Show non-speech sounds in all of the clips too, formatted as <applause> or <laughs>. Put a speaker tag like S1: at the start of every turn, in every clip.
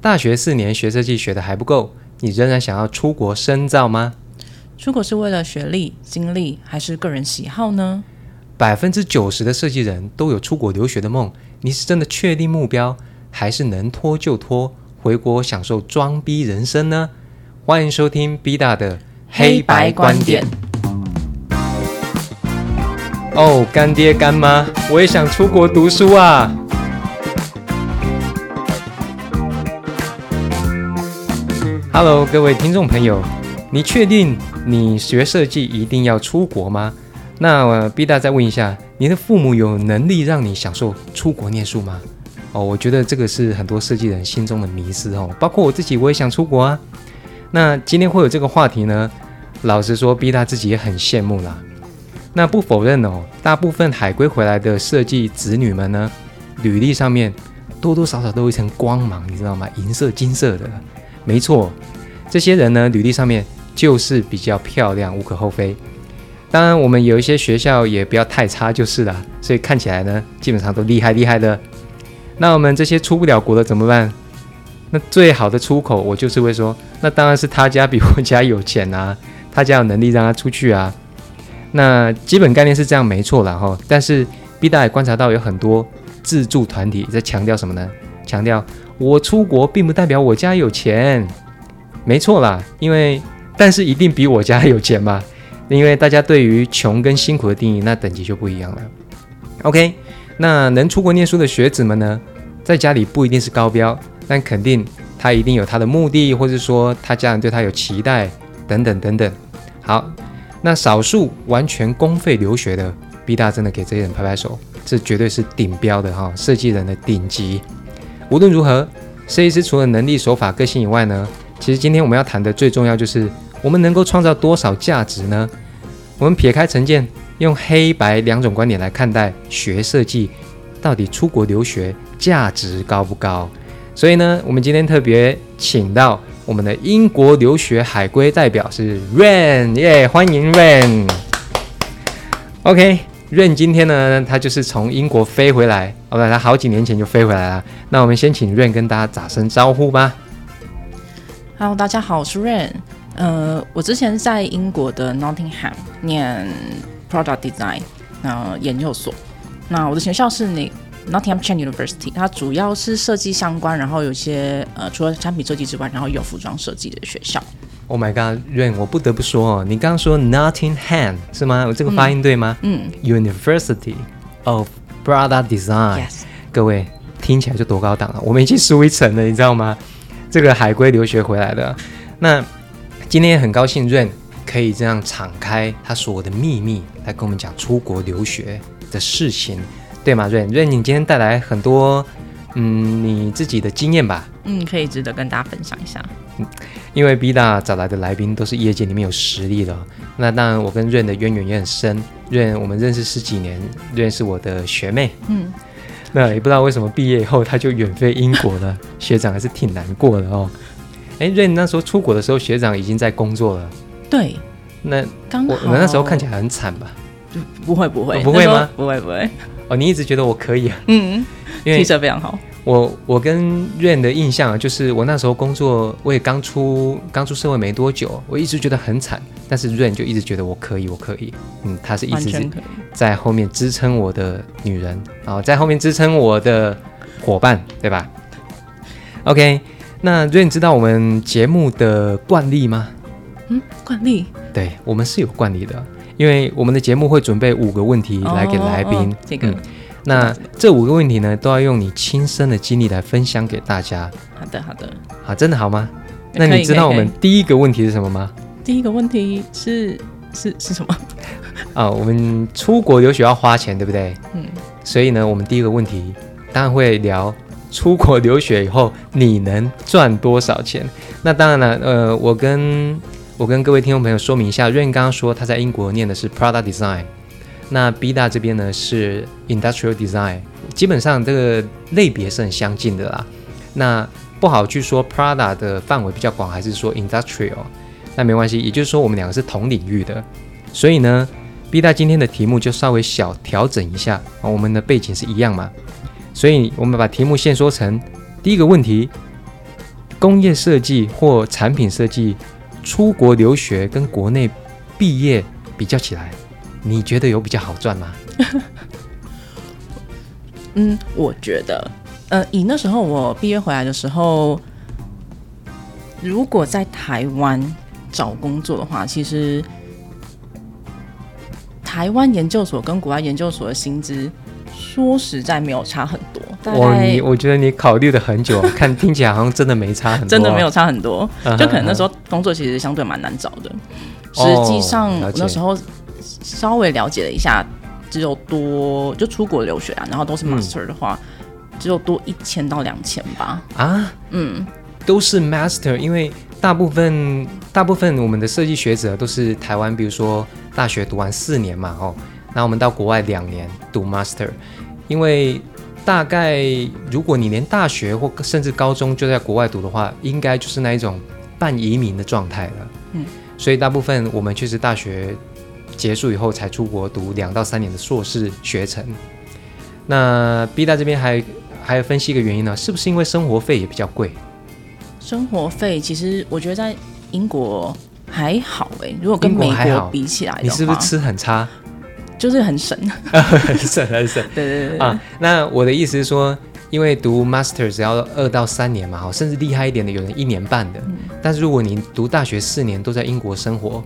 S1: 大学四年学设计学的还不够，你仍然想要出国深造吗？
S2: 出国是为了学历、经历，还是个人喜好呢？
S1: 百分之九十的设计人都有出国留学的梦，你是真的确定目标，还是能拖就拖，回国享受装逼人生呢？欢迎收听 B 大的黑白观点。哦，干爹干妈，我也想出国读书啊！Hello，各位听众朋友，你确定你学设计一定要出国吗？那、呃、B 大再问一下，你的父母有能力让你享受出国念书吗？哦，我觉得这个是很多设计人心中的迷思哦，包括我自己，我也想出国啊。那今天会有这个话题呢，老实说，B 大自己也很羡慕啦。那不否认哦，大部分海归回来的设计子女们呢，履历上面多多少少都有一层光芒，你知道吗？银色、金色的。没错，这些人呢，履历上面就是比较漂亮，无可厚非。当然，我们有一些学校也不要太差就是了，所以看起来呢，基本上都厉害厉害的。那我们这些出不了国的怎么办？那最好的出口，我就是会说，那当然是他家比我家有钱啊， <laughs> 他家有能力让他出去啊。那基本概念是这样，没错了哈。但是 B 大也观察到有很多自助团体在强调什么呢？强调我出国并不代表我家有钱，没错啦，因为但是一定比我家有钱嘛，因为大家对于穷跟辛苦的定义那等级就不一样了。OK，那能出国念书的学子们呢，在家里不一定是高标，但肯定他一定有他的目的，或是说他家人对他有期待等等等等。好，那少数完全公费留学的，B 大真的给这些人拍拍手，这绝对是顶标的哈、哦，设计人的顶级。无论如何，设计师除了能力、手法、个性以外呢，其实今天我们要谈的最重要就是我们能够创造多少价值呢？我们撇开成见，用黑白两种观点来看待学设计，到底出国留学价值高不高？所以呢，我们今天特别请到我们的英国留学海归代表是 Rain，耶、欢迎 Rain。OK，润今天呢，他就是从英国飞回来，哦，不，他好几年前就飞回来了。那我们先请润跟大家打声招呼吧。
S2: Hello，大家好，我是 Rain。呃，我之前在英国的 Nottingham 念 Product Design，呃，研究所。那我的学校是那 Nottinghamshire University，它主要是设计相关，然后有一些呃，除了产品设计之外，然后也有服装设计的学校。
S1: Oh my god，润，我不得不说哦，你刚刚说 Nottingham 是吗？我这个发音对吗？
S2: 嗯
S1: University of Product Design。
S2: ，Yes，
S1: 各位听起来就多高档了，我们已经输一层了，你知道吗？这个海归留学回来的，那今天也很高兴润可以这样敞开他所有的秘密来跟我们讲出国留学的事情，对吗？润润，你今天带来很多嗯你自己的经验吧，
S2: 嗯，可以值得跟大家分享一下。
S1: 因为 B 大找来的来宾都是业界里面有实力的哦，那当然我跟润的渊源也很深，润我们认识十几年，润是我的学妹，
S2: 嗯，
S1: 那也不知道为什么毕业以后他就远飞英国了， <laughs> 学长还是挺难过的哦。哎，润那时候出国的时候，学长已经在工作了，
S2: 对，
S1: 那
S2: 刚
S1: 我
S2: 嗯好
S1: 我那时候看起来很惨吧？
S2: 不会不会
S1: 不会吗？
S2: 那时候不会不会，
S1: 哦，你一直觉得我可以啊，
S2: 嗯，
S1: 因
S2: <laughs> 气
S1: 为
S2: 色非常好。
S1: 我我跟润的印象啊，就是我那时候工作，我也刚出刚出社会没多久，我一直觉得很惨，但是润就一直觉得我可以，我可以，嗯，他是一
S2: 完
S1: 直
S2: 全可以。
S1: 在后面支撑我的女人啊、在后面支撑我的伙伴，对吧？OK，那瑞，你知道我们节目的惯例吗？
S2: 嗯，惯例
S1: 对我们是有惯例的，因为我们的节目会准备五个问题来给来宾。
S2: 哦哦这个
S1: 嗯那这五个问题呢，都要用你亲身的经历来分享给大家。
S2: 好的好的。
S1: 啊，真的好吗？那
S2: 可以
S1: 你知道我
S2: 可以
S1: 们第一个问题是什么吗？
S2: 第一个问题是是是什么？
S1: 啊，我们出国留学要花钱，对不对？
S2: 嗯，
S1: 所以呢，我们第一个问题当然会聊出国留学以后你能赚多少钱。那当然了，呃，我跟我跟各位听众朋友说明一下，润刚刚说他在英国念的是 Product Design，那 B 大这边呢是 Industrial Design，基本上这个类别是很相近的啦。那不好去说 Prada 的范围比较广，还是说 Industrial，那没关系，也就是说我们两个是同领域的，所以呢。B 大今天的题目就稍微小调整一下、哦我们的背景是一样嘛，所以我们把题目限缩成第一个问题：工业设计或产品设计出国留学跟国内毕业比较起来，你觉得有比较好赚吗？
S2: 嗯，我觉得，呃，以那时候我毕业回来的时候，如果在台湾找工作的话，其实台湾研究所跟国外研究所的薪资，说实在没有差很多，大
S1: 哇，
S2: 概
S1: 你我觉得你考虑了很久，看听起来好像真的没差很多啊、
S2: <laughs> 真的没有差很多。
S1: 嗯哼，
S2: 就可能那时
S1: 候
S2: 候工作其实相对蛮难找的。
S1: 哦
S2: 实际上
S1: 了
S2: 我
S1: 解
S2: 那时候稍微了解了一下，只有多就出国留学啊，然后都是
S1: 嗯
S2: master 的话，只有多一千到两千吧。
S1: 啊，
S2: 嗯，
S1: 都是 master，因为大部分大部分我们的设计学者都是台湾，比如说大学读完四年嘛，哦，那我们到国外两年读 master，因为大概如果你连大学或甚至高中就在国外读的话，应该就是那一种半移民的状态了。
S2: 嗯，
S1: 所以大部分我们确实大学结束以后才出国读两到三年的硕士学程。那 B 大这边还还有分析一个原因呢，是不是因为生活费也比较贵？
S2: 生活费其实我觉得在英国还好哎、如果跟
S1: 英国
S2: 美
S1: 还好
S2: 国比起来的话，
S1: 你是不是吃很差？
S2: 就是很省？ <laughs>
S1: <laughs> 很省很省
S2: 对对对对，
S1: 啊！那我的意思是说，因为读 master 只要二到三年嘛，哈，甚至厉害一点的，有人一年半的。但是如果你读大学四年都在英国生活，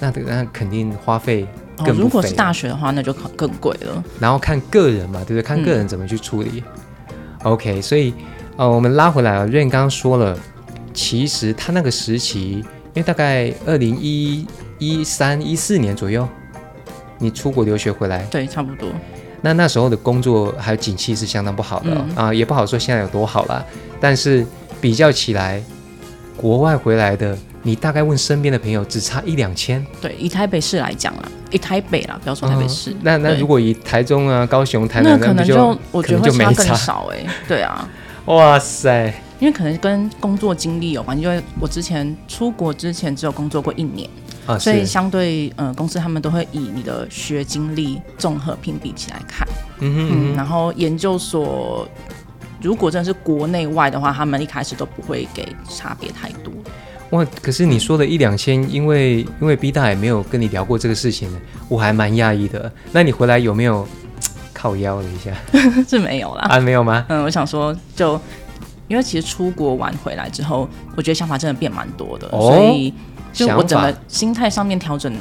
S1: 那那肯定花费
S2: 哦
S1: 更不菲、
S2: 如果是大学的话，那就更更贵了。
S1: 然后看个人嘛，对不
S2: 嗯
S1: 对？看个人怎么去处理。OK，所以呃，我们拉回来啊，Rain 刚刚说了，其实他那个时期，因为大概二零一一三一四年左右，你出国留学回来，
S2: 对，差不多。
S1: 那那时候的工作还有景气是相当不好的
S2: 嗯
S1: 哦啊、也不好说现在有多好啦。但是比较起来，国外回来的，你大概问身边的朋友，只差一两千。
S2: 对，以台北市来讲啦，以台北啦，不要哦说台北市，
S1: 啊那那
S2: 对
S1: 如果以台中啊、高雄、嗯台
S2: 那
S1: 南，
S2: 可
S1: 不
S2: 能
S1: 就
S2: 就我觉得
S1: 可能
S2: 会
S1: 就没
S2: 差更
S1: 差
S2: 少哎、对啊，
S1: 哇塞，
S2: 因为可能跟工作经历有关，因为我之前出国之前只有工作过一年，
S1: 啊，
S2: 所以
S1: 是
S2: 相对呃公司他们都会以你的学经历综合评比起来看，
S1: 嗯哼嗯
S2: 嗯，
S1: 哼
S2: 然后研究所如果真的是国内外的话，他们一开始都不会给差别太多， <laughs>
S1: 哇，可是你说的一两千，因为因为 B 大也没有跟你聊过这个事情呢，我还蛮讶异的。那你回来有没有靠腰了一下
S2: 是没有啦。
S1: 啊？没有吗？
S2: 嗯，我想说就。因为其实出国玩回来之后，我觉得想法真的变蛮多的，
S1: 哦
S2: 所以就
S1: 想
S2: 我整
S1: 法
S2: 个心态上面调整，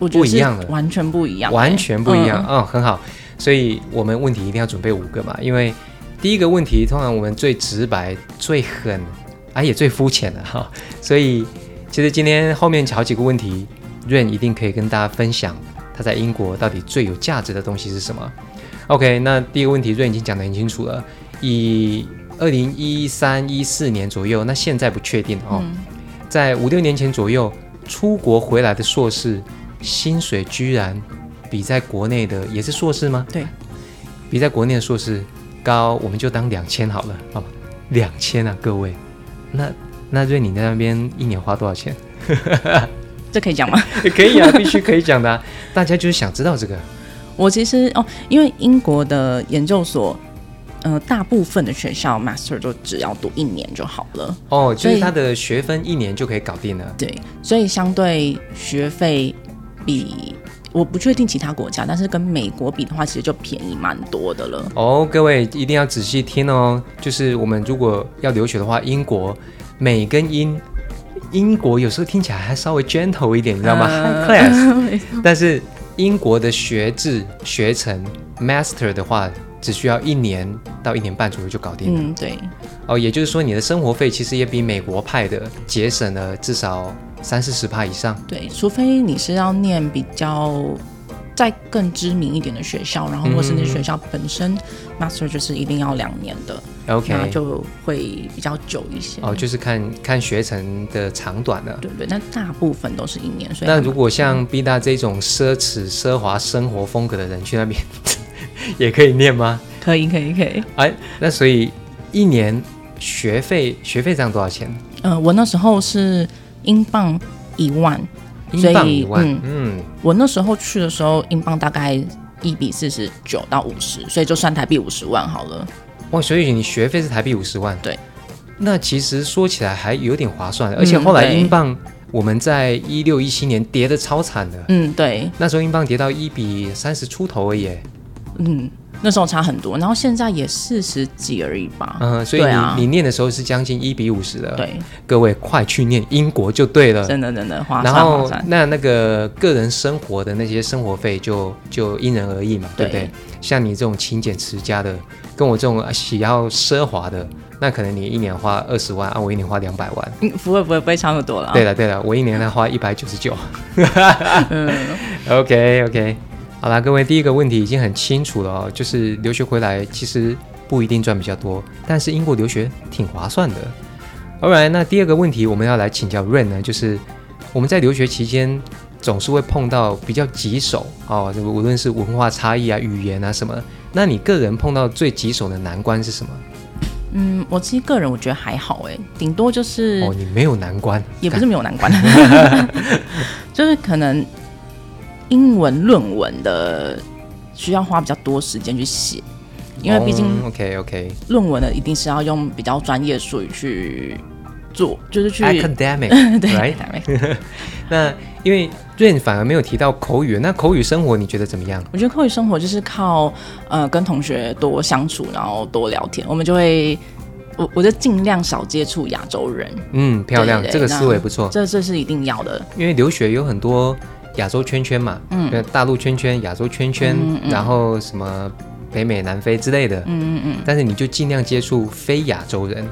S2: 我觉得
S1: 不一样了
S2: 是完全不一样的，
S1: 完全不一样
S2: 嗯
S1: 哦，很好。所以我们问题一定要准备五个嘛，因为第一个问题通常我们最直白、最狠，啊也最肤浅的 <laughs> 哈。所以其实今天后面好几个问题润一定可以跟大家分享他在英国到底最有价值的东西是什么。OK，那第一个问题润已经讲得很清楚了，以二零一三一四年左右，那现在不确定
S2: 嗯
S1: 哦，在五六年前左右出国回来的硕士薪水居然比在国内的也是硕士吗？
S2: 对，
S1: 比在国内的硕士高，我们就当两千好了，好吧？两千啊，各位，那那瑞你在那边一年花多少钱？
S2: 这可以讲吗？
S1: 可以啊，必须可以讲的啊、大家就是想知道这个
S2: <laughs> 我其实哦，因为英国的研究所，呃，大部分的学校 master 都只要读一年就好了，
S1: 哦，就
S2: 所
S1: 是
S2: 以
S1: 他的学分一年就可以搞定了。
S2: 对，所以相对学费比我不确定其他国家，但是跟美国比的话，其实就便宜蛮多的了。
S1: 哦，各位一定要仔细听哦。就是我们如果要留学的话，英国美跟英，英国有时候听起来还稍微 gentle 一点，你知道吗、
S2: 呃
S1: h i g h <laughs> class。但是英国的学制学程 master 的话，只需要一年到一年半左右就搞定了。
S2: <laughs> 嗯，对，
S1: 哦，也就是说你的生活费其实也比美国派的节省了至少三四十帕以上。
S2: 对，除非你是要念比较再更知名一点的学校，然后或是那
S1: 嗯
S2: 学校本身 master 就是一定要两年的，
S1: OK，
S2: 那就会比较久一些。
S1: 哦，就是看看学程的长短了。
S2: 对对，那大部分都是一年，所以
S1: 那
S2: 还
S1: 如果
S2: 嗯
S1: 像 B 大这种奢侈奢华生活风格的人去那边， <laughs> 也可以念吗？
S2: 可以可以可以。
S1: 哎，那所以一年学费学费这样多少钱？
S2: 呃，我那时候是英镑一万，所
S1: 英
S2: 以
S1: 镑一万
S2: 嗯，
S1: 嗯，
S2: 我那时候去的时候，英镑大概一比四十九到五十，所以就算台币五十万好了。
S1: 哇，所以你学费是台币五十万，
S2: 对，嗯
S1: 那其实说起来还有点划算，而且后来
S2: 对
S1: 英镑我们在一六一七年跌的超惨的，
S2: 嗯，对，
S1: 那时候英镑跌到一比三十出头而已，
S2: 嗯，那时候差很多，然后现在也四十几而已吧。
S1: 嗯、所以你、
S2: 对啊
S1: 你念的时候是将近一比五十的，，
S2: 对，
S1: 各位快去念英国就对了。
S2: 真的真的划
S1: 然
S2: 算划
S1: 后
S2: 算。
S1: 那那个个人生活的那些生活费就就因人而异嘛，对不对
S2: 对？
S1: 像你这种勤俭持家的，跟我这种呃喜好奢华的，那可能你一年花二十万，啊，我一年花两百万。
S2: 嗯，不会不会不会差那么多了。
S1: 对，了对了，我一年呢花一百九十九。OK OK，好啦，各位，第一个问题已经很清楚了哦，就是留学回来其实不一定赚比较多，但是英国留学挺划算的。Alright，那第二个问题我们要来请教 Rain 呢，就是我们在留学期间总是会碰到比较棘手哦，这个无论是文化差异啊、语言啊什么的，那你个人碰到最棘手的难关是什么？
S2: 嗯，我自己个人我觉得还好哎，顶多就是、
S1: 哦，你没有难关，
S2: 也不是没有
S1: <laughs>
S2: 难关，就是可能英文论文的需要花比较多时间去写，因为毕竟
S1: OK OK
S2: 论文呢一定是要用比较专业术语去做，就是去
S1: academic
S2: <laughs> 对
S1: right？那因为 Rain 反而没有提到口语，那口语生活你觉得怎么样？
S2: 我觉得课余生活就是靠呃跟同学多相处，然后多聊天，我们就会我我就尽量少接触亚洲人，
S1: 嗯，漂亮，
S2: 对对
S1: 这个
S2: 那
S1: 思维不错。
S2: 这这是一定要的。
S1: 因为留学有很多亚洲圈圈嘛，嗯，大陆圈圈、亚洲圈圈，然后什么北美、南非之类的，嗯嗯嗯。但是你就尽量接触非亚洲人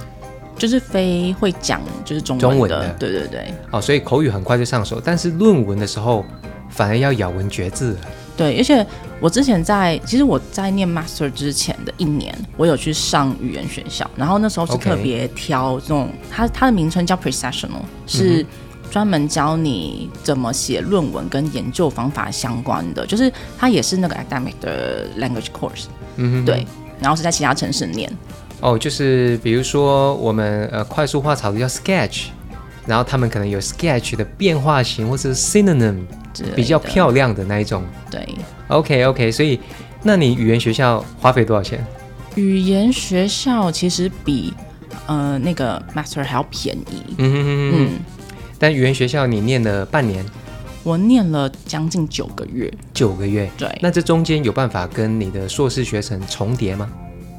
S2: 就是非会讲就是中文的，
S1: 中文的
S2: 对对对
S1: 哦，所以口语很快就上手，但是论文的时候反而要咬文嚼字啊了。
S2: 对，而且我之前在，其实我在念 master 之前的一年，我有去上语言学校，然后那时候是
S1: OK
S2: 特别挑这种，它它的名称叫 professional，是
S1: 嗯
S2: 专门教你怎么写论文跟研究方法相关的，就是它也是那个 academic 的 language course，
S1: 嗯哼，
S2: 对，然后是在其他城市念，
S1: 哦，就是比如说我们呃快速画草图叫 sketch，然后他们可能有 sketch 的变化型或是 synonym
S2: 之类的
S1: 比较漂亮的那一种。
S2: 对。
S1: OK OK，所以那你语言学校花费多少钱？
S2: 语言学校其实比呃那个 master 还要便宜，
S1: 嗯哼哼哼。
S2: 嗯，
S1: 但语言学校你念了半年，
S2: 我念了将近九个月，
S1: 九个月，
S2: 对，
S1: 那这中间有办法跟你的硕士学程重叠吗？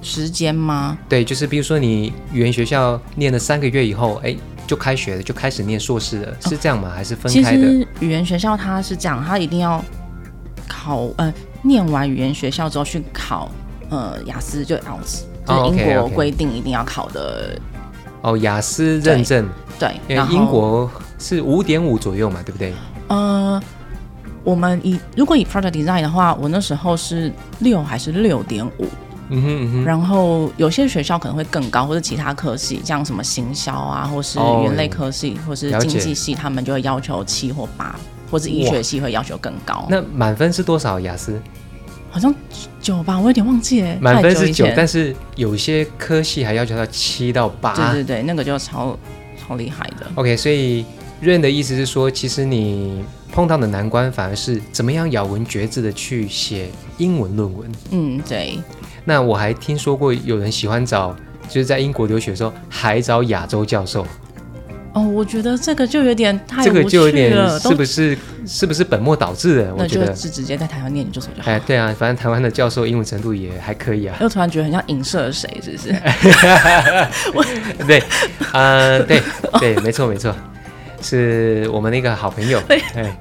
S2: 时间吗？
S1: 对，就是比如说你语言学校念了三个月以后，哎，就开学了，就开始念硕士了，是这样吗？还是分
S2: 哦其
S1: 开的？
S2: 实语言学校它是这样，它一定要考呃，念完语言学校之后去考呃雅思就 IELTS，
S1: 哦
S2: 就是英
S1: OK，OK
S2: 国规定一定要考的，
S1: 哦，雅思认证，
S2: 对，
S1: 因
S2: 然
S1: 为
S2: 后
S1: 英国是五点五左右嘛，对不对？
S2: 呃。我们以如果以 product design 的话，我那时候是六还是六点五，
S1: 嗯哼嗯哼。
S2: 然后有些学校可能会更高，或者其他科系，像什么行销啊，或是
S1: 哦
S2: 语言类科系，或是
S1: 了解
S2: 经济系，他们就会要求七或八，或是医学系会要求更高。
S1: 那满分是多少？雅思
S2: 好像九吧，我有点忘记哎，
S1: 满分是
S2: 太久
S1: 九
S2: 以，前
S1: 但是有些科系还要求到七到八。
S2: 对对对，那个就超超厉害的。
S1: OK，所以润的意思是说，其实你碰到的难关反而是怎么样咬文嚼字的去写英文论文。
S2: 嗯，对，
S1: 那我还听说过有人喜欢找，就是在英国留学的时候还找亚洲教授，
S2: 哦，我觉得这个就有点太
S1: 这个
S2: 无
S1: 就有
S2: 趣
S1: 点
S2: 了，
S1: 是不是是不是本末倒置了？我
S2: 那
S1: 觉
S2: 就
S1: 得，
S2: 是直接在台湾念研究所就好
S1: 哎，
S2: 了。
S1: 对啊，反正台湾的教授英文程度也还可以啊。
S2: 又突然觉得很像影射谁，是不是？
S1: 哎 <laughs> 对，呃，对对，没错没错，是我们那个好朋友。哎，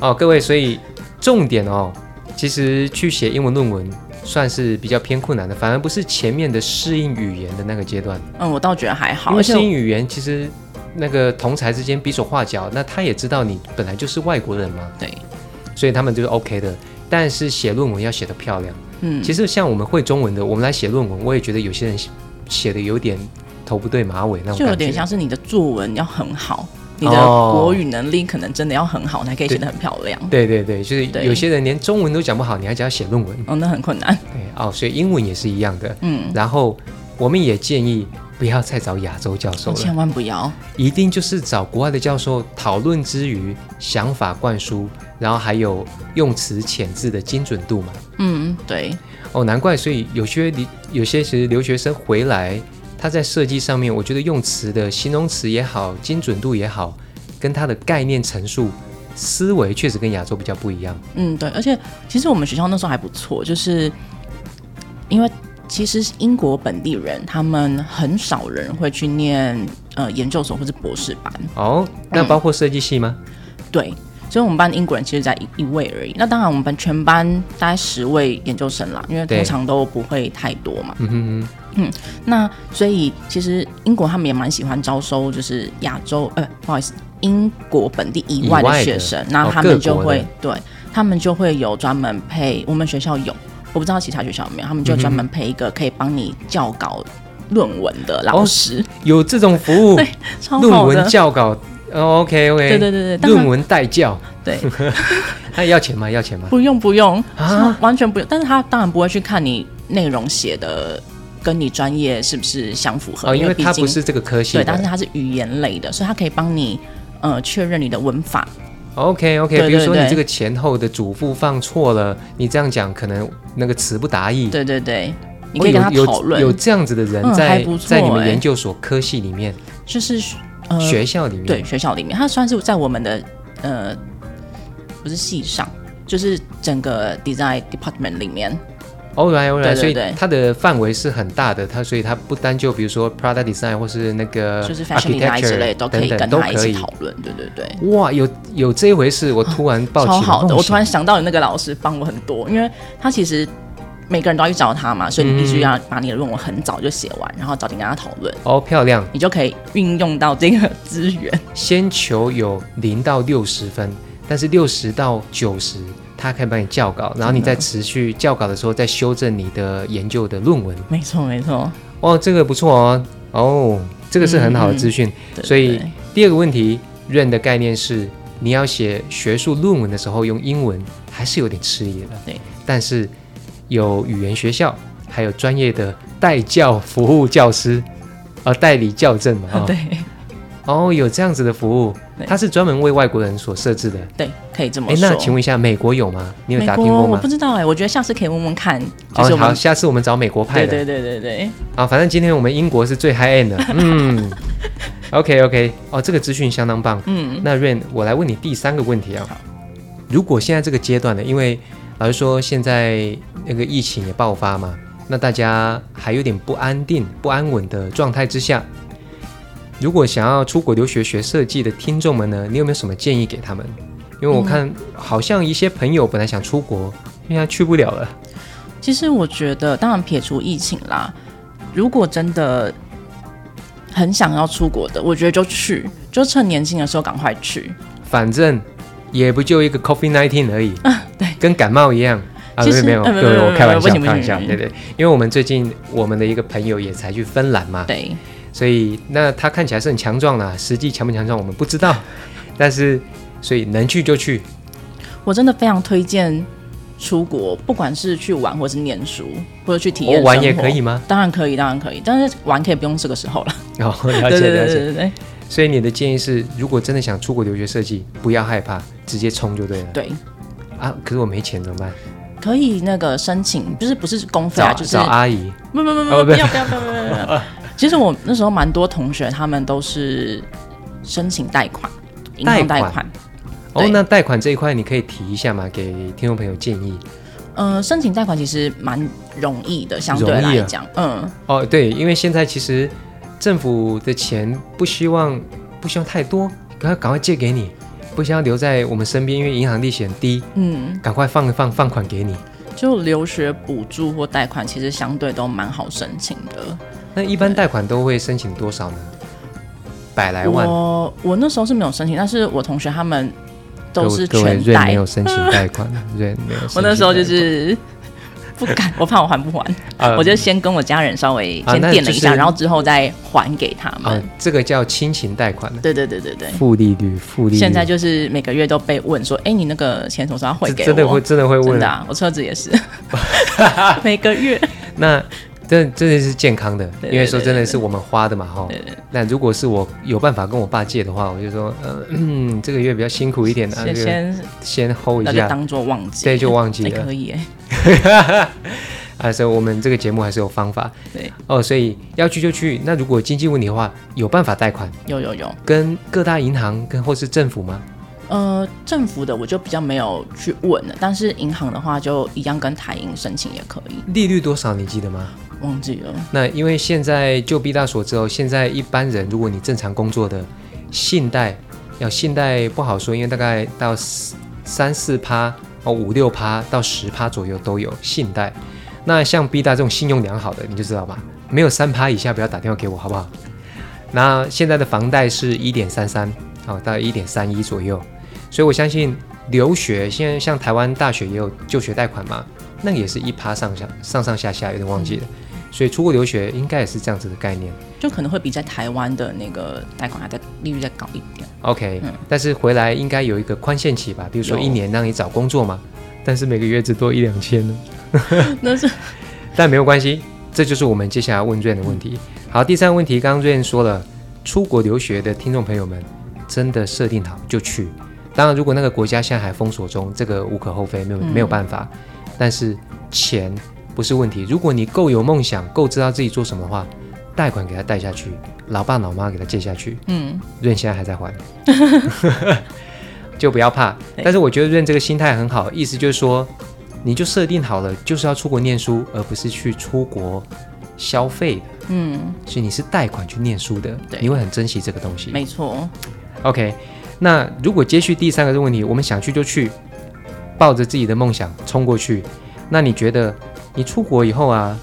S1: 哦，各位，所以重点哦，其实去写英文论文算是比较偏困难的，反而不是前面的适应语言的那个阶段，
S2: 嗯，我倒觉得还好，
S1: 因
S2: 而
S1: 为
S2: 且
S1: 适应语言其实那个同才之间比手画脚，那他也知道你本来就是外国人嘛，
S2: 对，
S1: 所以他们就是 OK 的。但是写论文要写得漂亮。
S2: 嗯，
S1: 其实像我们会中文的，我们来写论文，我也觉得有些人写写的有点头不对马尾那种
S2: 就
S1: 感觉，
S2: 有点像是你的作文要很好，你的
S1: 哦
S2: 国语能力可能真的要很好，才可以写得很漂亮。
S1: 对对对，就是
S2: 对
S1: 有些人连中文都讲不好，你还叫他写论文。
S2: 嗯，那很困难。
S1: 对哦，所以英文也是一样的。
S2: 嗯，
S1: 然后我们也建议不要再找亚洲教授了，
S2: 千万不要。
S1: 一定就是找国外的教授讨论之余，想法灌输，然后还有用词遣字的精准度嘛。
S2: 嗯，对，
S1: 哦，难怪，所以有些留有些其实留学生回来它在设计上面，我觉得用词的形容词也好，精准度也好，跟它的概念陈述、思维确实跟亚洲比较不一样。
S2: 嗯，对，而且其实我们学校那时候还不错，就是因为其实英国本地人他们很少人会去念呃研究所或者博士班，
S1: 哦，那包括设计系吗？
S2: 对，所以我们班英国人其实才一一位而已。那当然，我们班全班大概十位研究生啦，因为
S1: 对
S2: 通常都不会太多嘛。
S1: 嗯哼
S2: 那所以其实英国他们也蛮喜欢招收，就是亚洲呃，不好意思，英国本地以外
S1: 以外
S2: 的
S1: 的
S2: 学生，那
S1: 哦
S2: 他
S1: 各
S2: 们就
S1: 国的
S2: 会、对，他们就会有专门配，我们学校有，我不知道其他学校有没有，他们就专门配一个可以帮你校稿论文的老
S1: 哦
S2: 师，
S1: 哼，有这种服务，
S2: 对超
S1: 论
S2: 好
S1: 文
S2: 的。
S1: 校稿。哦、OK OK，
S2: 对对对对，当
S1: 论
S2: 然
S1: 文代教，
S2: 对，
S1: <laughs> 那要钱吗？要钱吗？
S2: 不用不用，
S1: 啊
S2: 完全不用。但是他当然不会去看你内容写的跟你专业是不是相符合，
S1: 哦，因为
S2: 毕
S1: 它
S2: 竟
S1: 不是这个科系
S2: 对，
S1: 的。
S2: 但是它是语言类的，所以它可以帮你呃确认你的文法。
S1: 嗯 OK OK，
S2: 对对
S1: 比如说你
S2: 对
S1: 这个前后的主副放错了，你这样讲可能那个词不达意。
S2: 对对对，你
S1: 哦
S2: 可以跟他
S1: 有有
S2: 讨
S1: 有
S2: 论，
S1: 这样子的人
S2: 嗯
S1: 在、
S2: 还不错
S1: 在你们
S2: 欸
S1: 研究所科系里面、
S2: 就是呃
S1: 学校里面，
S2: 对学校里面，它算是在我们的呃不是系上，就是整个 design department 里面。
S1: ，all right all
S2: 对
S1: right，
S2: 对
S1: 所以
S2: 对
S1: 它的范围是很大的，它所以它不单就比如说 product design 或是那个
S2: 就是 fashion design 之类
S1: 呃 architecture
S2: 都可以
S1: 等等
S2: 跟
S1: 都
S2: 他一
S1: 可
S2: 起
S1: 以
S2: 讨。论，对对对，
S1: 哇，有有这回事，我突然抱起
S2: 超
S1: 了
S2: 好的。
S1: 梦
S2: 我突
S1: 想
S2: 然想到你那个老师帮我很多，因为他其实每个人都要去找他嘛，所
S1: 嗯
S2: 以你必须要把你的论文很早就写完，然后早点跟他讨论，
S1: 哦漂亮，
S2: 你就可以运用到这个资
S1: <laughs>
S2: 源。
S1: 先求有零到六十分，但是六十到九十，它可以帮你校稿，然后你再持续校稿的时候再修正你的研究的论文。
S2: 没错，没错，
S1: 哦，这个不错哦，哦，这个是很好的资讯。
S2: 对
S1: 所以
S2: 对
S1: 第二个问题，REN 的概念是你要写学术论文的时候用英文还是有点吃力的，
S2: 对，
S1: 但是有语言学校，还有专业的代教服务教师，呃，代理校正
S2: <laughs>
S1: 嘛，哦
S2: 对
S1: 哦，有这样子的服务，
S2: 对
S1: 它是专门为外国人所设置的。
S2: 对，可以这么
S1: 诶，
S2: 说。
S1: 那请问一下，美国有吗？你有
S2: 美
S1: 打
S2: 国
S1: 听过
S2: 我
S1: 吗
S2: 不？知道哎、我觉得下次可以问问看，就
S1: 哦
S2: 是，我
S1: 好，
S2: 们
S1: 下次我们找美国派
S2: 对
S1: 的。
S2: 对对对对，
S1: 啊，反正今天我们英国是最 high end 的。
S2: <laughs>
S1: 嗯，OK OK，哦，这个资讯相当棒。
S2: 嗯，
S1: 那 Rain，我来问你第三个问题啊
S2: 好。
S1: 如果现在这个阶段呢，因为老实说，现在那个疫情也爆发嘛，那大家还有点不安定、不安稳的状态之下，如果想要出国留学学设计的听众们呢，你有没有什么建议给他们？因为
S2: 嗯
S1: 我看好像一些朋友本来想出国，现在去不了了。
S2: 其实我觉得，当然撇除疫情啦，如果真的很想要出国的，我觉得就去，就趁年轻的时候赶快去。
S1: 反正也不就一个 COVID nineteen 而已，
S2: 啊对，
S1: 跟感冒一样啊，没
S2: 其
S1: 有
S2: 实
S1: 没有，
S2: 呃
S1: 各
S2: 没有
S1: 位
S2: 没有
S1: 我
S2: 没有
S1: 开玩
S2: 不
S1: 笑，
S2: 行
S1: 开
S2: 不
S1: 玩
S2: 行
S1: 笑，
S2: 不
S1: 对
S2: 行
S1: 对，因为我们最近我们的一个朋友也才去芬兰嘛，
S2: 对，
S1: 所以那他看起来是很强壮啦，实际强不强壮我们不知道，
S2: <laughs>
S1: 但是所以能去就去，
S2: 我真的非常推荐出国，不管是去玩，或是念书，或者去体
S1: 我
S2: 验
S1: 玩
S2: 生
S1: 也
S2: 活
S1: 可以。吗？
S2: 当然可以，当然可以，但是玩可以不用这个时候了。
S1: 哦，了
S2: 对
S1: 解
S2: 对
S1: 了
S2: 对
S1: 解，
S2: 对对对
S1: 所以你的建议是，如果真的想出国留学设计，不要害怕，直接冲就对了。
S2: 对，
S1: 啊，可是我没钱怎么办？
S2: 可以那个申请，就是不是公费
S1: 找
S2: 啊，就是
S1: 找阿姨，
S2: 不不不
S1: 哦
S2: 不不要不要不要不要不要！不要其实我那时候蛮多同学，他们都是申请贷款，银行
S1: 贷
S2: 贷
S1: 款
S2: 款。
S1: 哦，
S2: 对
S1: 那贷款这一块你可以提一下嘛，给听众朋友建议。
S2: 呃，申请贷款其实蛮容易的，相对
S1: 容易
S2: 来
S1: 啊
S2: 讲，嗯，
S1: 哦，对，因为现在其实政府的钱不希望不希望太多，赶快赶快借给你，不希望留在我们身边，因为银行利息很低，
S2: 嗯，
S1: 赶快放一放放款给你。
S2: 就留学补助或贷款，其实相对都蛮好申请的。
S1: 那一般贷款都会申请多少呢？百来万。
S2: 我我那时候是没有申请，但是我同学他们都是
S1: 各位各位
S2: 全
S1: 瑞没
S2: 贷
S1: 有。申请贷款，
S2: <laughs>
S1: 瑞没有申请贷款。
S2: 我那时候就是 <laughs> 不敢，我怕我还
S1: <laughs>
S2: 不还，
S1: 啊
S2: 我就先跟我家人稍微
S1: 啊
S2: 先
S1: 那
S2: 垫了
S1: 就
S2: 一下，
S1: 是
S2: 然后之后再还给他
S1: 啊
S2: 们。，
S1: 这个叫亲情贷款，
S2: 对对对对对。
S1: 负利率，负利率。
S2: 现在就是每个月都被问说，哎、你那个钱什么时候汇给
S1: 这真
S2: 我？
S1: 的会真的会
S2: 真
S1: 问
S2: 的啊，我车子
S1: <laughs>
S2: 也是，每个月。
S1: 那这这也是健康的，
S2: 对
S1: 因为说真的是我们花的嘛哈
S2: 对对对。
S1: 那如果是我有办法跟我爸借的话，我就说，呃嗯，这个月比较辛苦一点啊，
S2: 先
S1: 这个
S2: 先，
S1: 先 hold
S2: 那
S1: 一
S2: 就
S1: 下，
S2: 当做忘记，
S1: 对，就忘记
S2: 哎
S1: 了。
S2: 可以哎、
S1: 啊，啊，所以我们这个节目还是有方法
S2: 对，
S1: 哦。所以要去就去。那如果经济问题的话，有办法贷款，
S2: 有有有，
S1: 跟各大银行跟或是政府吗？
S2: 呃，政府的我就比较没有去问了，但是银行的话就一样跟台银申请也可以，
S1: 利率多少你记得吗？
S2: 忘记了，
S1: 那因为现在就毕大所知哦，现在一般人如果你正常工作的信贷，要信贷不好说，因为大概到四三四趴哦五六趴到十趴左右都有信贷。那像毕大这种信用良好的，你就知道吧，没有三趴以下不要打电话给我，好不好？那现在的房贷是一点三三，哦，大概一点三一左右，所以我相信留学现在像台湾大学也有就学贷款嘛，那个也是一趴上下上上下下，有点忘记了。所以出国留学应该也是这样子的概念。
S2: 就可能会比在台湾的那个贷款还在利率再高一点。
S1: OK，、
S2: 嗯
S1: 但是回来应该有一个宽限期吧，比如说
S2: 有
S1: 一年让你找工作嘛，但是每个月只多一两千呢。
S2: 那是
S1: 但没有关系，这就是我们接下来问 Rain 的问题。
S2: 嗯
S1: 好，第三个问题，刚刚 Rain 说了，出国留学的听众朋友们真的设定好就去。当然，如果那个国家现在还封锁中，这个无可厚非，没有、
S2: 嗯
S1: 没有办法。但是钱不是问题，如果你够有梦想，够知道自己做什么的话，贷款给他贷下去，老爸老妈给他借下去，
S2: 嗯，
S1: 润现在还在
S2: <laughs>
S1: 还，就不要怕。
S2: 对
S1: 但是我觉得润这个心态很好，意思就是说，你就设定好了，就是要出国念书，而不是去出国消费的。
S2: 嗯，
S1: 所以你是贷款去念书的，
S2: 对
S1: 你会很珍惜这个东西。
S2: 没错，
S1: OK，那如果接续第三个问题，我们想去就去，抱着自己的梦想冲过去。那你觉得你出国以后啊，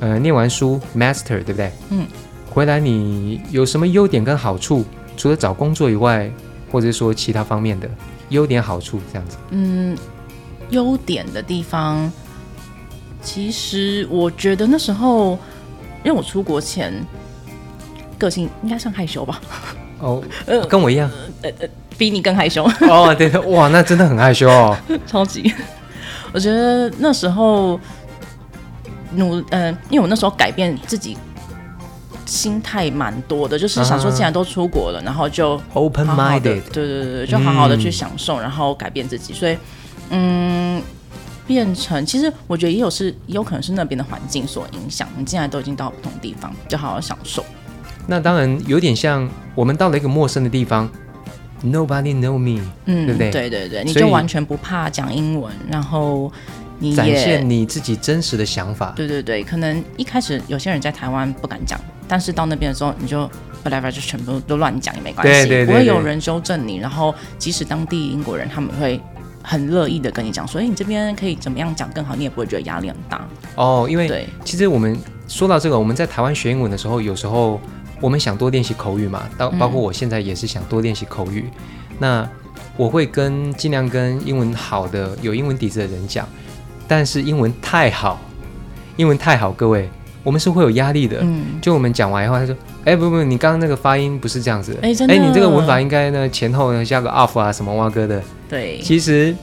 S1: 呃，念完书 master 对不对？
S2: 嗯。
S1: 回来你有什么优点跟好处？除了找工作以外，或者说其他方面的优点好处这样子？
S2: 嗯，优点的地方，其实我觉得那时候，因为我出国前个性应该算害羞吧，
S1: 哦，
S2: 呃，
S1: 跟我一样。
S2: 比你更害羞，
S1: 哦，对对，哇，那真的很害羞哦。
S2: 超级。 <laughs> 我觉得那时候努，嗯、因为我那时候改变自己心态蛮多的，就是想说，
S1: 啊
S2: 既然都出国了，然后就
S1: Open
S2: 好
S1: minded，，
S2: 好的对对对，对就好好的去
S1: 嗯
S2: 享受，然后改变自己。所以，嗯，变成其实我觉得也有是也有可能是那边的环境所影响。你既然都已经到不同地方，就好好享受。
S1: 那当然有点像我们到了一个陌生的地方，Nobody know me。
S2: 嗯，
S1: 对不对
S2: 对对对你
S1: 所以
S2: 就完全不怕讲英文，然后你也
S1: 展现你自己真实的想法。
S2: 对对对，可能一开始有些人在台湾不敢讲，但是到那边的时候，你就 whatever 就全部都乱讲也没关系，
S1: 对对对
S2: 不会有
S1: 对
S2: 人纠正你。然后即使当地英国人，他们会很乐意的跟你讲说，所以你这边可以怎么样讲更好，你也不会觉得压力很大。
S1: 哦，因为
S2: 对，
S1: 其实我们说到这个，我们在台湾学英文的时候，有时候我们想多练习口语嘛，到
S2: 嗯
S1: 包括我现在也是想多练习口语。那我会跟尽量跟英文好的、有英文底子的人讲，但是英文太好，英文太好，各位，我们是会有压力的。
S2: 嗯，
S1: 就我们讲完以后，他说：“哎、不不，你刚刚那个发音不是这样子的，
S2: 哎真的
S1: 你这个文法应该呢前后呢加个 off 啊什么哇哥的。”
S2: 对，
S1: 其实，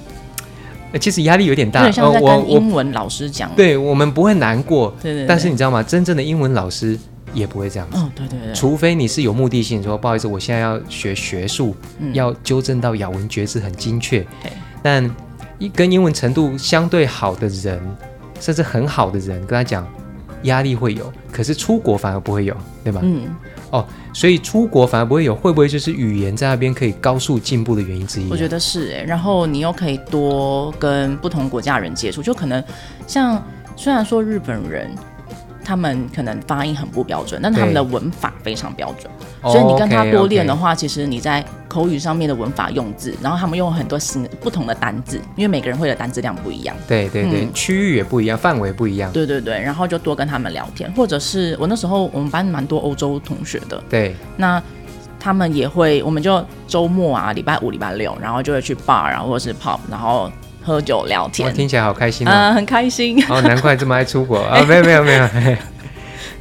S1: 呃其实压力有点
S2: 有
S1: 大。呃
S2: 点像在
S1: 我
S2: 跟
S1: 我
S2: 英文老师讲。
S1: 对我们不会难过，
S2: 对对对，
S1: 但是你知道吗？真正的英文老师也不会这样子，
S2: 哦，对对对，
S1: 除非你是有目的性，说不好意思，我现在要学学术，
S2: 嗯
S1: 要纠正到咬文嚼字很精确。
S2: 对
S1: 但一跟英文程度相对好的人，甚至很好的人，跟他讲。压力会有，可是出国反而不会有，对吧？
S2: 嗯，
S1: 所以出国反而不会有，会不会就是语言在那边可以高速进步的原因之一、
S2: 我觉
S1: 得
S2: 得是哎、然后你又可以多跟不同国家人接触，就可能像虽然说日本人。他们可能发音很不标准，但他们
S1: 对哦
S2: 的文法非常标准，所以你跟他多练哦的话其实你在口语上面的文法用字，然后他们用很多新的不同的单字，因为每个人会的单字量不一样。
S1: 对对对，
S2: 嗯
S1: 区域也不一样，范围不一样。
S2: 对对对，然后就多跟他们聊天，或者是我那时候我们班蛮多欧洲同学的，
S1: 对，
S2: 那他们也会，我们就周末啊，礼拜五、礼拜六，然后就会去 bar 啊，或者是 pub，然后喝酒聊
S1: 哇，
S2: 天，
S1: 听起来好开心哦！
S2: 嗯，很开心。
S1: 哦，难怪这么爱出
S2: <laughs>
S1: 国啊！没有没有没有，嘿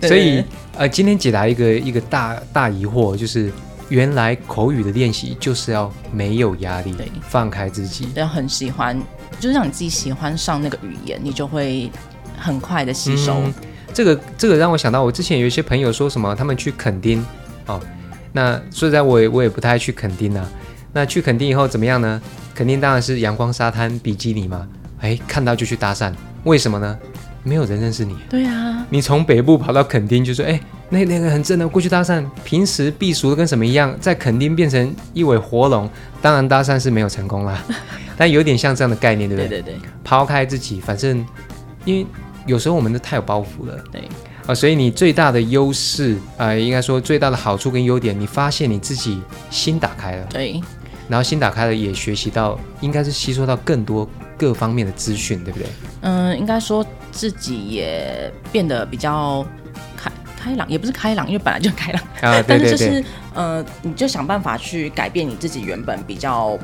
S2: 对
S1: 所以呃，今天解答一个一个大大疑惑，就是原来口语的练习就是要没有压力
S2: 对，
S1: 放开自己。
S2: 对，很喜欢，就是让你自己喜欢上那个语言，你就会很快的吸收。
S1: 嗯这个这个让我想到，我之前有一些朋友说什么，他们去垦丁哦，那说实在我也我也不太爱去垦丁啊。那去垦丁以后怎么样呢？垦丁当然是阳光沙滩比基尼嘛，哎，看到就去搭讪，为什么呢？没有人认识你。
S2: 对啊，
S1: 你从北部跑到垦丁，就说哎、那那个很正的，过去搭讪，平时避俗的跟什么一样，在垦丁变成一尾活龙。当然搭讪是没有成功啦， <laughs> 但有点像这样的概念，对不
S2: 对
S1: 对？
S2: 对对，
S1: 抛开自己，反正因为有时候我们都太有包袱了，
S2: 对
S1: 啊、所以你最大的优势，呃，应该说最大的好处跟优点，你发现你自己心打开了，
S2: 对
S1: 然后心打开了，也学习到，应该是吸收到更多各方面的资讯，对不
S2: <laughs>
S1: 对？
S2: 嗯，应该说自己也变得比较开开朗，也不是开朗，因为本来就开朗，
S1: 啊，对
S2: 但是
S1: 对对，
S2: 就是呃，你就想办法去改变你自己原本比较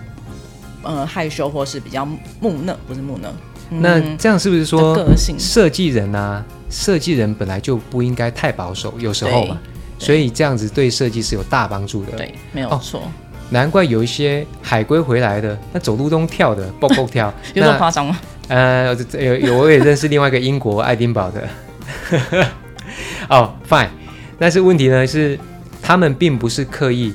S2: 呃害羞或是比较木讷，不是木讷，嗯
S1: 那这样是不是
S2: 的
S1: 说
S2: 个性
S1: 设计人啊，设计人本来就不应该太保守，有时候嘛，
S2: 对
S1: 所以这样子对设计是有大帮助的。
S2: 对，没有
S1: 哦
S2: 错，
S1: 难怪有一些海归回来的，那走路都跳的，蹦蹦跳
S2: <laughs> 。有
S1: 那
S2: 点夸张吗？
S1: 呃，这有有，我也认识另外一个英国爱丁堡的。 <laughs> 哦、f i n e 但是问题呢是，他们并不是刻意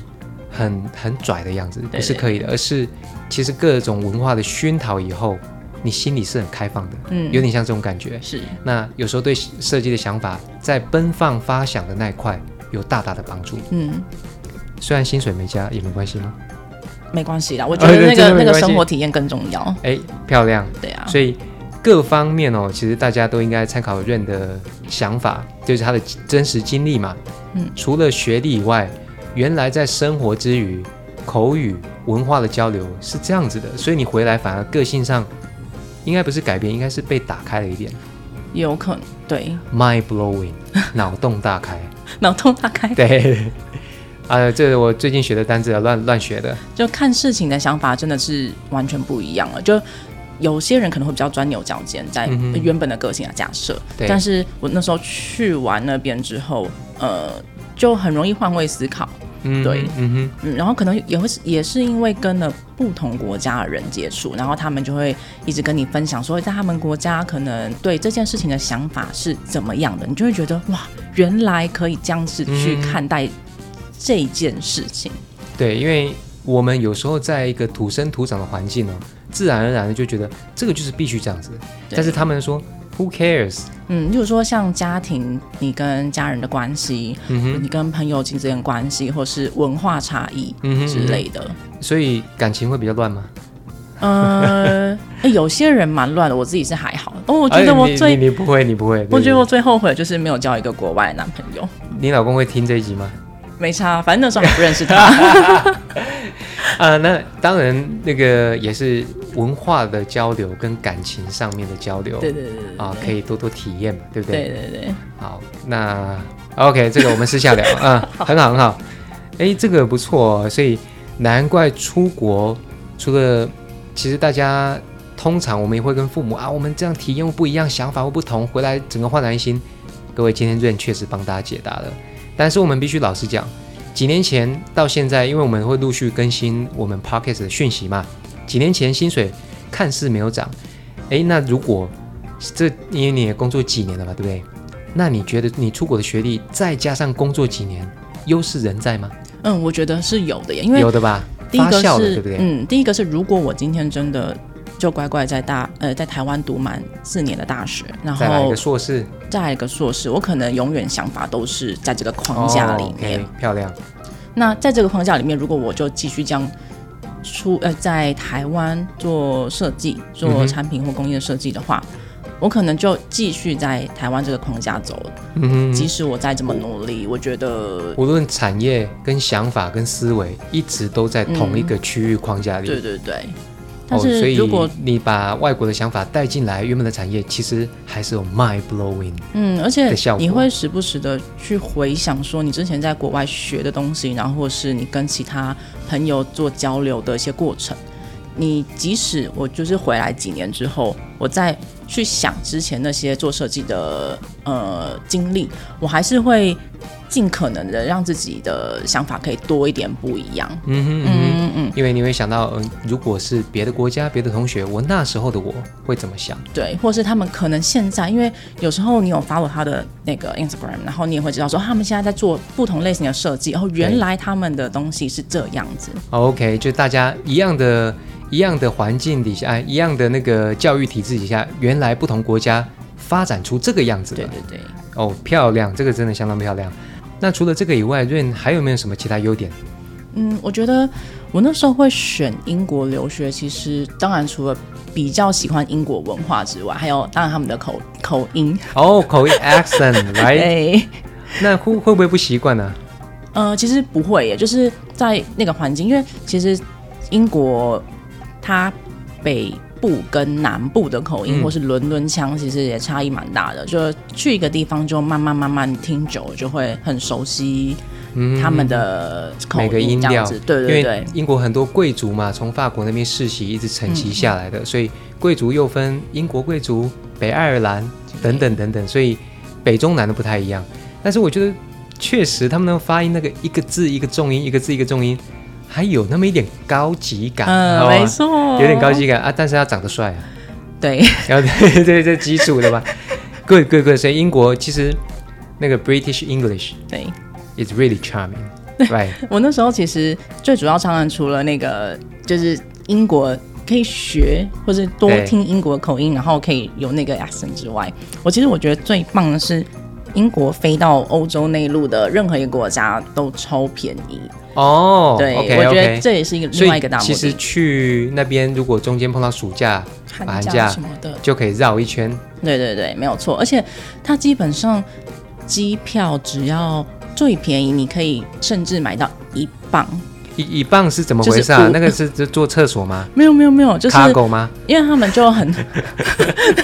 S1: 很很拽的样子，不
S2: 对
S1: 是刻意的，而是其实各种文化的熏陶以后，你心里是很开放的，
S2: 嗯，
S1: 有点像这种感觉。
S2: 是
S1: 那有时候对设计的想法，在奔放发想的那一块有大大的帮助。
S2: 嗯。
S1: 虽然薪水没加也没关系吗？
S2: 没关系啦，我
S1: 哦
S2: 觉得
S1: 对
S2: 那
S1: 真
S2: 个、
S1: 的没
S2: 那个
S1: 关系
S2: 生活体验更重要。
S1: 哎，漂亮。
S2: 对啊，
S1: 所以各方面哦，其实大家都应该参考任的想法，就是他的真实经历嘛。
S2: 嗯，
S1: 除了学历以外，原来在生活之余，口语文化的交流是这样子的，所以你回来反而个性上应该不是改变，应该是被打开了一
S2: <laughs>
S1: 点
S2: 也有可能对
S1: ，mind blowing，脑洞大
S2: <laughs>
S1: 开。
S2: 脑洞大开，
S1: 对，啊，这是我最近学的单字啊，乱乱学的。
S2: 就看事情的想法真的是完全不一样了。就有些人可能会比较钻牛角尖，在
S1: 嗯哼
S2: 原本的个性啊假设，
S1: 对
S2: 但是我那时候去完那边之后，呃，就很容易换位思考，
S1: 嗯，
S2: 对，
S1: 嗯哼。
S2: 嗯，然后可能也会是也是因为跟了不同国家的人接触，然后他们就会一直跟你分享说，在哎他们国家可能对这件事情的想法是怎么样的，你就会觉得哇，原来可以这样子去
S1: 嗯
S2: 看待这件事情。
S1: 对，因为我们有时候在一个土生土长的环境呢、自然而然的就觉得这个就是必须这样子。
S2: 对
S1: 但是他们说 Who cares？
S2: 嗯，例如说像家庭，你跟家人的关系，
S1: 嗯哼，
S2: 你跟朋友之间的关系，或是文化差异
S1: 嗯哼
S2: 之类的。
S1: 所以感情会比较乱吗？
S2: 呃，诶有些人蛮乱的，我自己是还好。哦，我觉
S1: 哎
S2: 得我
S1: 你
S2: 最，
S1: 你你不会，你不会。
S2: 我觉得我
S1: 对
S2: 最后悔的就是没有交一个国外的男朋友。
S1: 对对你老公会听这一集
S2: <laughs>
S1: 吗？
S2: 没差，反正那时候还不认
S1: <laughs>
S2: 识他。
S1: 啊、那当然，那个也是文化的交流跟感情上面的交流。
S2: 对对对对
S1: 啊，可以多多体验嘛，对不
S2: 对对对，
S1: 好，那 OK，这个我们私下聊啊，很好很好。哎，这个不错、哦，所以难怪出国，除了其实大家通常我们也会跟父母啊，我们这样体验会不一样，想法会不同，回来整个焕然一新。各位，今天 Rain 确实帮大家解答了，但是我们必须老实讲，几年前到现在，因为我们会陆续更新我们 Podcast 的讯息嘛，几年前薪水看似没有涨，哎，那如果这因为你也工作几年了吧，对不对？那你觉得你出国的学历再加上工作几年，优势仍在吗？
S2: 嗯，我觉得是有的耶，因为
S1: 有的吧，
S2: 第一
S1: 发
S2: 个
S1: 酵了，
S2: 是
S1: 对不对？
S2: 嗯，第一个是如果我今天真的就乖乖在大呃在台湾读满四年的大学，然
S1: 再来一
S2: 后
S1: 个硕士
S2: 再来一个硕士，我可能永远想法都是在这个框架里面。
S1: 哦 OK，漂亮，
S2: 那在这个框架里面，如果我就继续这样出呃在台湾做设计、
S1: 嗯
S2: 做
S1: 哼
S2: 产品或工业设计的话，
S1: 嗯
S2: 我可能就继续在台湾这个框架走，
S1: 嗯
S2: 即
S1: 哼，
S2: 使我再怎么努力，我觉得，
S1: 无论产业跟想法跟思维，一直都在同一个区域框架里。
S2: 对对对。
S1: 嗯哦，
S2: 但
S1: 所
S2: 是
S1: 以
S2: 如果、
S1: 你把外国的想法带进来原本的产业，其实还是有 mind blowing。
S2: 嗯，而且
S1: 的效果
S2: 你会时不时的去回想说你之前在国外学的东西，然后或是你跟其他朋友做交流的一些过程。你即使我就是回来几年之后，我再去想之前那些做设计的呃经历，我还是会尽可能的让自己的想法可以多一点不一样。
S1: 嗯哼嗯哼，
S2: 嗯嗯嗯，
S1: 因为你会想到，嗯、如果是别的国家、别的同学，我那时候的我会怎么想？
S2: 对，或是他们可能现在，因为有时候你有 follow 他的那个 Instagram，然后你也会知道说啊他们现在在做不同类型的设计，然后哦原来他们的东西是这样子。
S1: OK，就大家一样的、一样的环境底下，哎一样的那个教育体制底下，原来不同国家发展出这个样子
S2: 对
S1: 的
S2: 对对。
S1: 哦，漂亮，这个真的相当漂亮。那除了这个以外，Rain 还有没有什么其他优点？
S2: 嗯，我觉得我那时候会选英国留学，其实当然除了比较喜欢英国文化之外，还有当然他们的口口音，
S1: 哦，口音
S2: <laughs>
S1: accent，来，
S2: 对，
S1: 那会会不会不习惯呢、
S2: 呃，其实不会耶，就是在那个环境，因为其实英国它北部跟南部的口音，
S1: 嗯
S2: 或是伦敦腔，其实也差异蛮大的。就去一个地方，就慢慢慢慢听久，了，就会很熟悉
S1: 嗯，
S2: 他们的口
S1: 每个
S2: 音
S1: 音
S2: 这样
S1: 调
S2: 子。对对
S1: 因
S2: 对
S1: 为，英国很多贵族嘛，从法国那边世袭一直承袭下来的，
S2: 嗯
S1: 所以贵族又分英国贵族、北爱尔兰等等等等，所以北中南都不太一样。但是我觉得确实他们的发音那个一个字一个重音，一个字一个重音，还有那么一点高级感，
S2: 嗯，
S1: 好吧
S2: 没错，
S1: 有点高级感啊，但是他长得帅啊，
S2: 对。
S1: 然后对对这基础
S2: <laughs>
S1: 的嘛，good good good，所以英国其实那个 British English
S2: 对
S1: is really charming。right，
S2: <laughs> 我那时候其实最主要当然除了那个就是英国可以学，或是多
S1: 对
S2: 听英国口音，然后可以有那个 accent 之外，我其实我觉得最棒的是。英国飞到欧洲内陆的任何一个国家都超便宜，
S1: 哦、
S2: 对
S1: o k
S2: 我
S1: o
S2: 觉得
S1: k
S2: 这也是一个
S1: 所
S2: 另外一
S1: 以
S2: 个大目
S1: 其实
S2: 的。
S1: 去那边，如果中间碰到暑假、寒假
S2: 什么的，
S1: 就可以绕一圈。
S2: 对对对，没有错。而且它基本上机票只要最便宜，你可以甚至买到一磅。
S1: 一一磅是怎么回事啊
S2: 就？是五
S1: 那个是是坐厕所吗、
S2: 没有没有没有，就是
S1: c a r g o 吗？
S2: 因为他们就很， <laughs>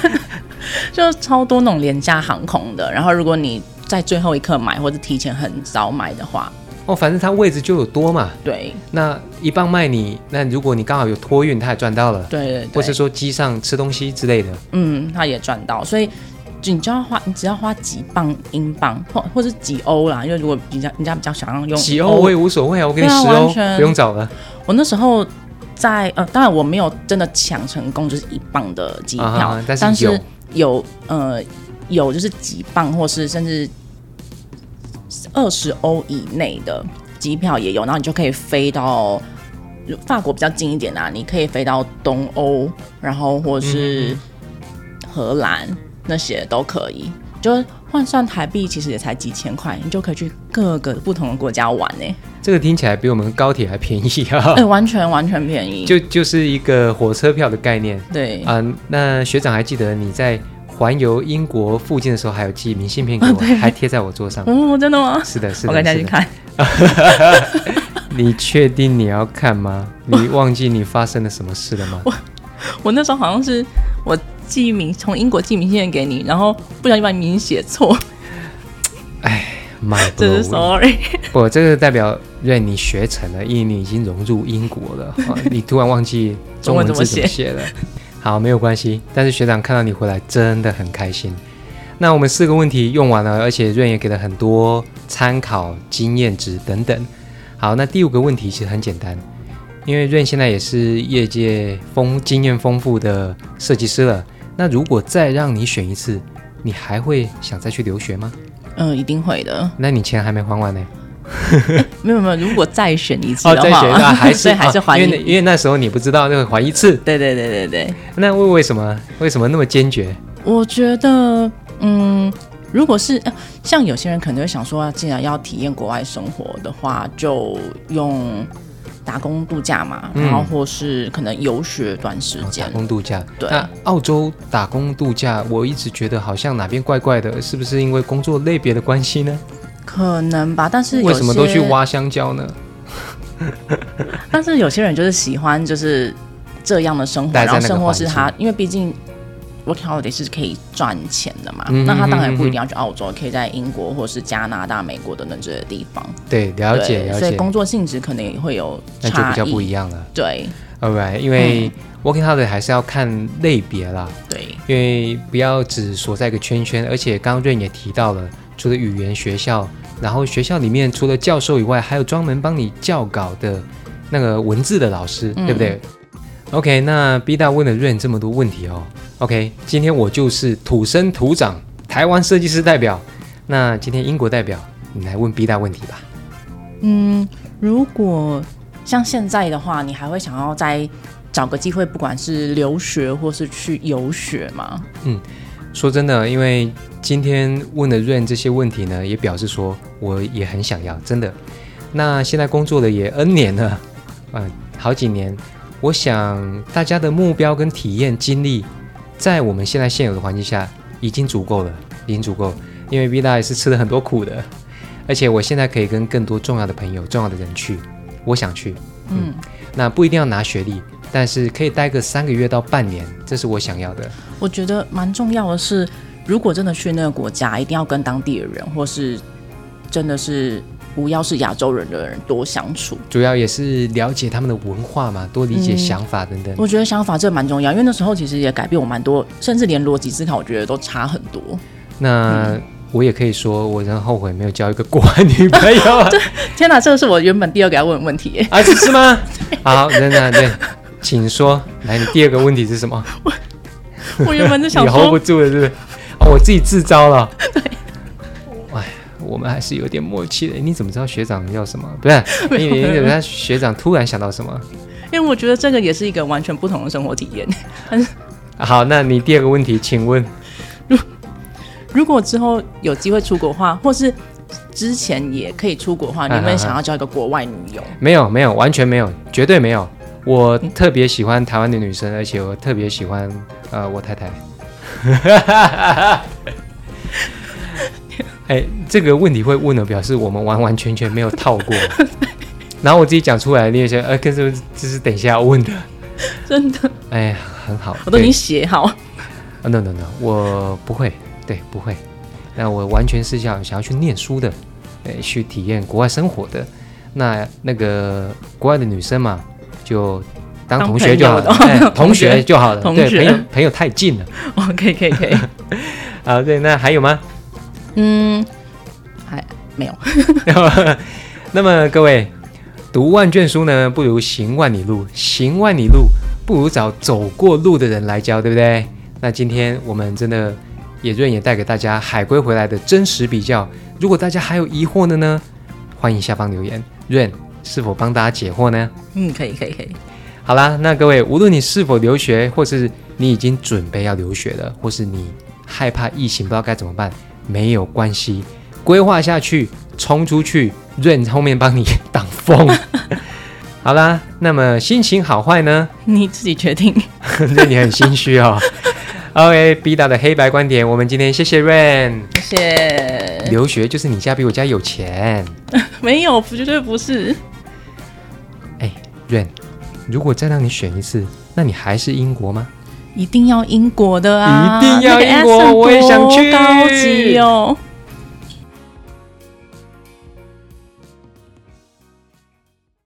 S2: 就超多那种廉价航空的。然后如果你在最后一刻买或者提前很早买的话，
S1: 哦，反正它位置就有多嘛。
S2: 对
S1: 那一磅卖你，那如果你刚好有托运，他也赚到了，
S2: 对对
S1: 或是
S2: 对，
S1: 说机上吃东西之类的。
S2: 嗯，他也赚到，所以。你就要花，你只要花几磅英镑，或或是几欧啦，因为如果比较人家比较想要用
S1: 几欧我也无所谓啊，我给你
S2: 对啊
S1: 十
S2: 完
S1: 欧，
S2: 全
S1: 不用找了。
S2: 我那时候在呃，当然我没有真的抢成功，就是一磅的机票，
S1: 啊哈但是有
S2: 有呃有就是几磅，或是甚至二十欧以内的机票也有，然后你就可以飞到。法国比较近一点啊，你可以飞到东欧，然后或是
S1: 嗯
S2: 荷兰那些都可以。就是换算台币，其实也才几千块，你就可以去各个不同的国家玩呢、欸
S1: 这个听起来比我们高铁还便宜啊 <laughs>
S2: 哎、，完全完全便宜。
S1: 就就是一个火车票的概念。
S2: 对，
S1: 啊、那学长还记得你在环游英国附近的时候，还有寄明信片给我，还贴在我桌上。
S2: 哦，真的吗？
S1: 是的，是
S2: 哦我
S1: 的，
S2: 赶紧
S1: 是的。
S2: 去看。
S1: 你确定你要看吗？你忘记你发生了什么事了吗？
S2: 我那时候好像是我寄明从英国寄明信片给你，然后不小心把你名字写
S1: 哦
S2: 错，
S1: My
S2: 真是
S1: blow！
S2: sorry。
S1: 不，这个代表让你学成了，因为你已经融入英国 <laughs> 了。啊、你突然忘记中文字怎么写了。好，没有关系。但是学长看到你回来真的很开心。那我们四个问题用完了，而且润也给了很多参考经验值等等。好，那第五个问题其实很简单，因为润现在也是业界丰经验丰富的设计师了。那如果再让你选一次，你还会想再去留学吗？
S2: 嗯、一定会的。
S1: 那你钱还没还完呢。
S2: 没有没有，如果再选一次
S1: 哦，
S2: 的
S1: 再
S2: 话，
S1: 选一次
S2: <laughs>
S1: 啊还是
S2: 对还是
S1: 啊
S2: 还
S1: 因
S2: 你
S1: 为。那因为那时候你不知道，那个还一次。
S2: 对对对对对，
S1: 那为为什么为什么那么坚决？
S2: 我觉得，嗯，如果是呃像有些人可能会想说，啊既然要体验国外生活的话，就用打工度假嘛，
S1: 嗯
S2: 然后或是可能游学短时
S1: 哦打
S2: 间。
S1: 工度假。
S2: 对
S1: 那澳洲打工度假，我一直觉得好像哪边怪怪的，是不是因为工作类别的关系呢？
S2: 可能吧，但是有
S1: 为什么都去
S2: 些
S1: 挖香蕉呢？
S2: 但是有些人就是喜欢就是这样的生活，
S1: 待在
S2: 然后
S1: 那个
S2: 生活是
S1: 环
S2: 他，因为毕竟 work holiday 是可以赚钱的嘛，
S1: 嗯哼
S2: 那他当然
S1: 嗯
S2: 不
S1: 哼
S2: 一定要去澳洲，可以在英国或是加拿大、美国等等这些地方。
S1: 对，了解
S2: 对
S1: 了
S2: 所以
S1: 解，
S2: 工作性质可能也会有
S1: 那就
S2: 差
S1: 比较不
S2: 异。
S1: 一样了。
S2: 对
S1: Alright，因
S2: 嗯
S1: 为 working holiday 还是要看类别啦。
S2: 对，
S1: 因为不要只锁在一个圈圈，而且刚刚润也提到了，除了语言学校，然后学校里面除了教授以外，还有专门帮你校稿的那个文字的老师，对不对？OK，那 B 大问了润这么多问题哦。OK，今天我就是土生土长台湾设计师代表，那今天英国代表，你来问 B 大问题吧。
S2: 嗯，如果像现在的话，你还会想要再找个机会，不管是留学或是去游学吗？
S1: 说真的，因为今天问了 Rain 这些问题呢，也表示说我也很想要，真的。那现在工作了也 N 年了， <laughs> 嗯、好几年。我想大家的目标跟体验经历，在我们现在现有的环境下已经足够了，已经足够。因为 V 大也是吃了很多苦的，而且我现在可以跟更多重要的朋友、重要的人去，我想去。
S2: 嗯，
S1: 那不一定要拿学历，但是可以待个三个月到半年，这是我想要的。
S2: 我觉得蛮重要的是，如果真的去那个国家，一定要跟当地的人，或是真的是不要是亚洲人的人多相处。
S1: 主要也是了解他们的文化嘛，多理解
S2: 嗯
S1: 想法等等。
S2: 我觉得想法这蛮重要，因为那时候其实也改变我蛮多，甚至连逻辑思考，我觉得都差很多。 <laughs> 嗯
S1: 那我也可以说，我真后悔没有交一个国外女朋友啊
S2: <laughs> 天哪，这个是我原本第二个要问的问题耶。
S1: 啊，是是吗？好，等等对，请说。来，你第二个问题是什么？
S2: <laughs> 我原本就想
S1: 你 hold 不
S2: 说，
S1: 住了，是不是？哦，我自己自招了。对。哎，我们还是有点默契的。你怎么知道学长要什么？不
S2: <laughs>
S1: 是，你你怎么知道学长突然想到什么？
S2: 因为我觉得这个也是一个完全不同的生活体验。
S1: 好，那你第二个问题，请问
S2: <laughs> 如果之后有机会出国的话，或是之前也可以出国的 <laughs> 话，你有没有想要交一个国外女友？
S1: 没有，没有，完全没有，绝对没有。我特别喜欢台湾的女生，而且我特别喜欢呃我太太。 <laughs> 哎，这个问题会问的，表示我们完完全全没有套过。然后我自己讲出来，你也想，呃，可是这是等一下要问的。
S2: 真的，
S1: 哎，很好，
S2: 我都已
S1: 对
S2: 经写好。 <laughs>
S1: 啊，no no no，我不会，对，不会。那我完全是想想要去念书的，呃，去体验国外生活的。那那个国外的女生嘛，就当
S2: 当
S1: 同
S2: 朋
S1: 学就
S2: 友
S1: 好了，
S2: 的
S1: 哎同
S2: 同
S1: 学
S2: 学
S1: 就好了，
S2: <laughs> 同
S1: 对，
S2: 学
S1: 朋友朋友太近了。
S2: 哦，可以可以可 <laughs> 以，
S1: 啊，对，那还有吗？
S2: 嗯，还没有。
S1: 那么各位，读万卷书呢，不如行万里路；行万里路，不如找走过路的人来教，对不对？那今天我们真的也润也带给大家海归回来的真实比较。如果大家还有疑惑的呢，欢迎下方留言，润是否帮大家解惑呢？
S2: 嗯，可以可以可以。
S1: 好啦，那各位，无论你是否留学，或是你已经准备要留学了，或是你害怕疫情不知道该怎么办，没有关系，规划下去，冲出去，润后面帮你挡风。 <laughs> 好啦，那么心情好坏呢？ <laughs>
S2: 你自己决定。
S1: 润你很心虚哦。OK，B 大的黑白观点，我们今天谢谢润。
S2: 谢谢。
S1: 留学就是你家比我家有钱，
S2: 没有，绝对不是。
S1: 润。如果再让你选一次，那你还是英国吗？
S2: 一定要英国的啊！
S1: 一定要英国
S2: 那个 accent
S1: 我也想去
S2: 多高级哦。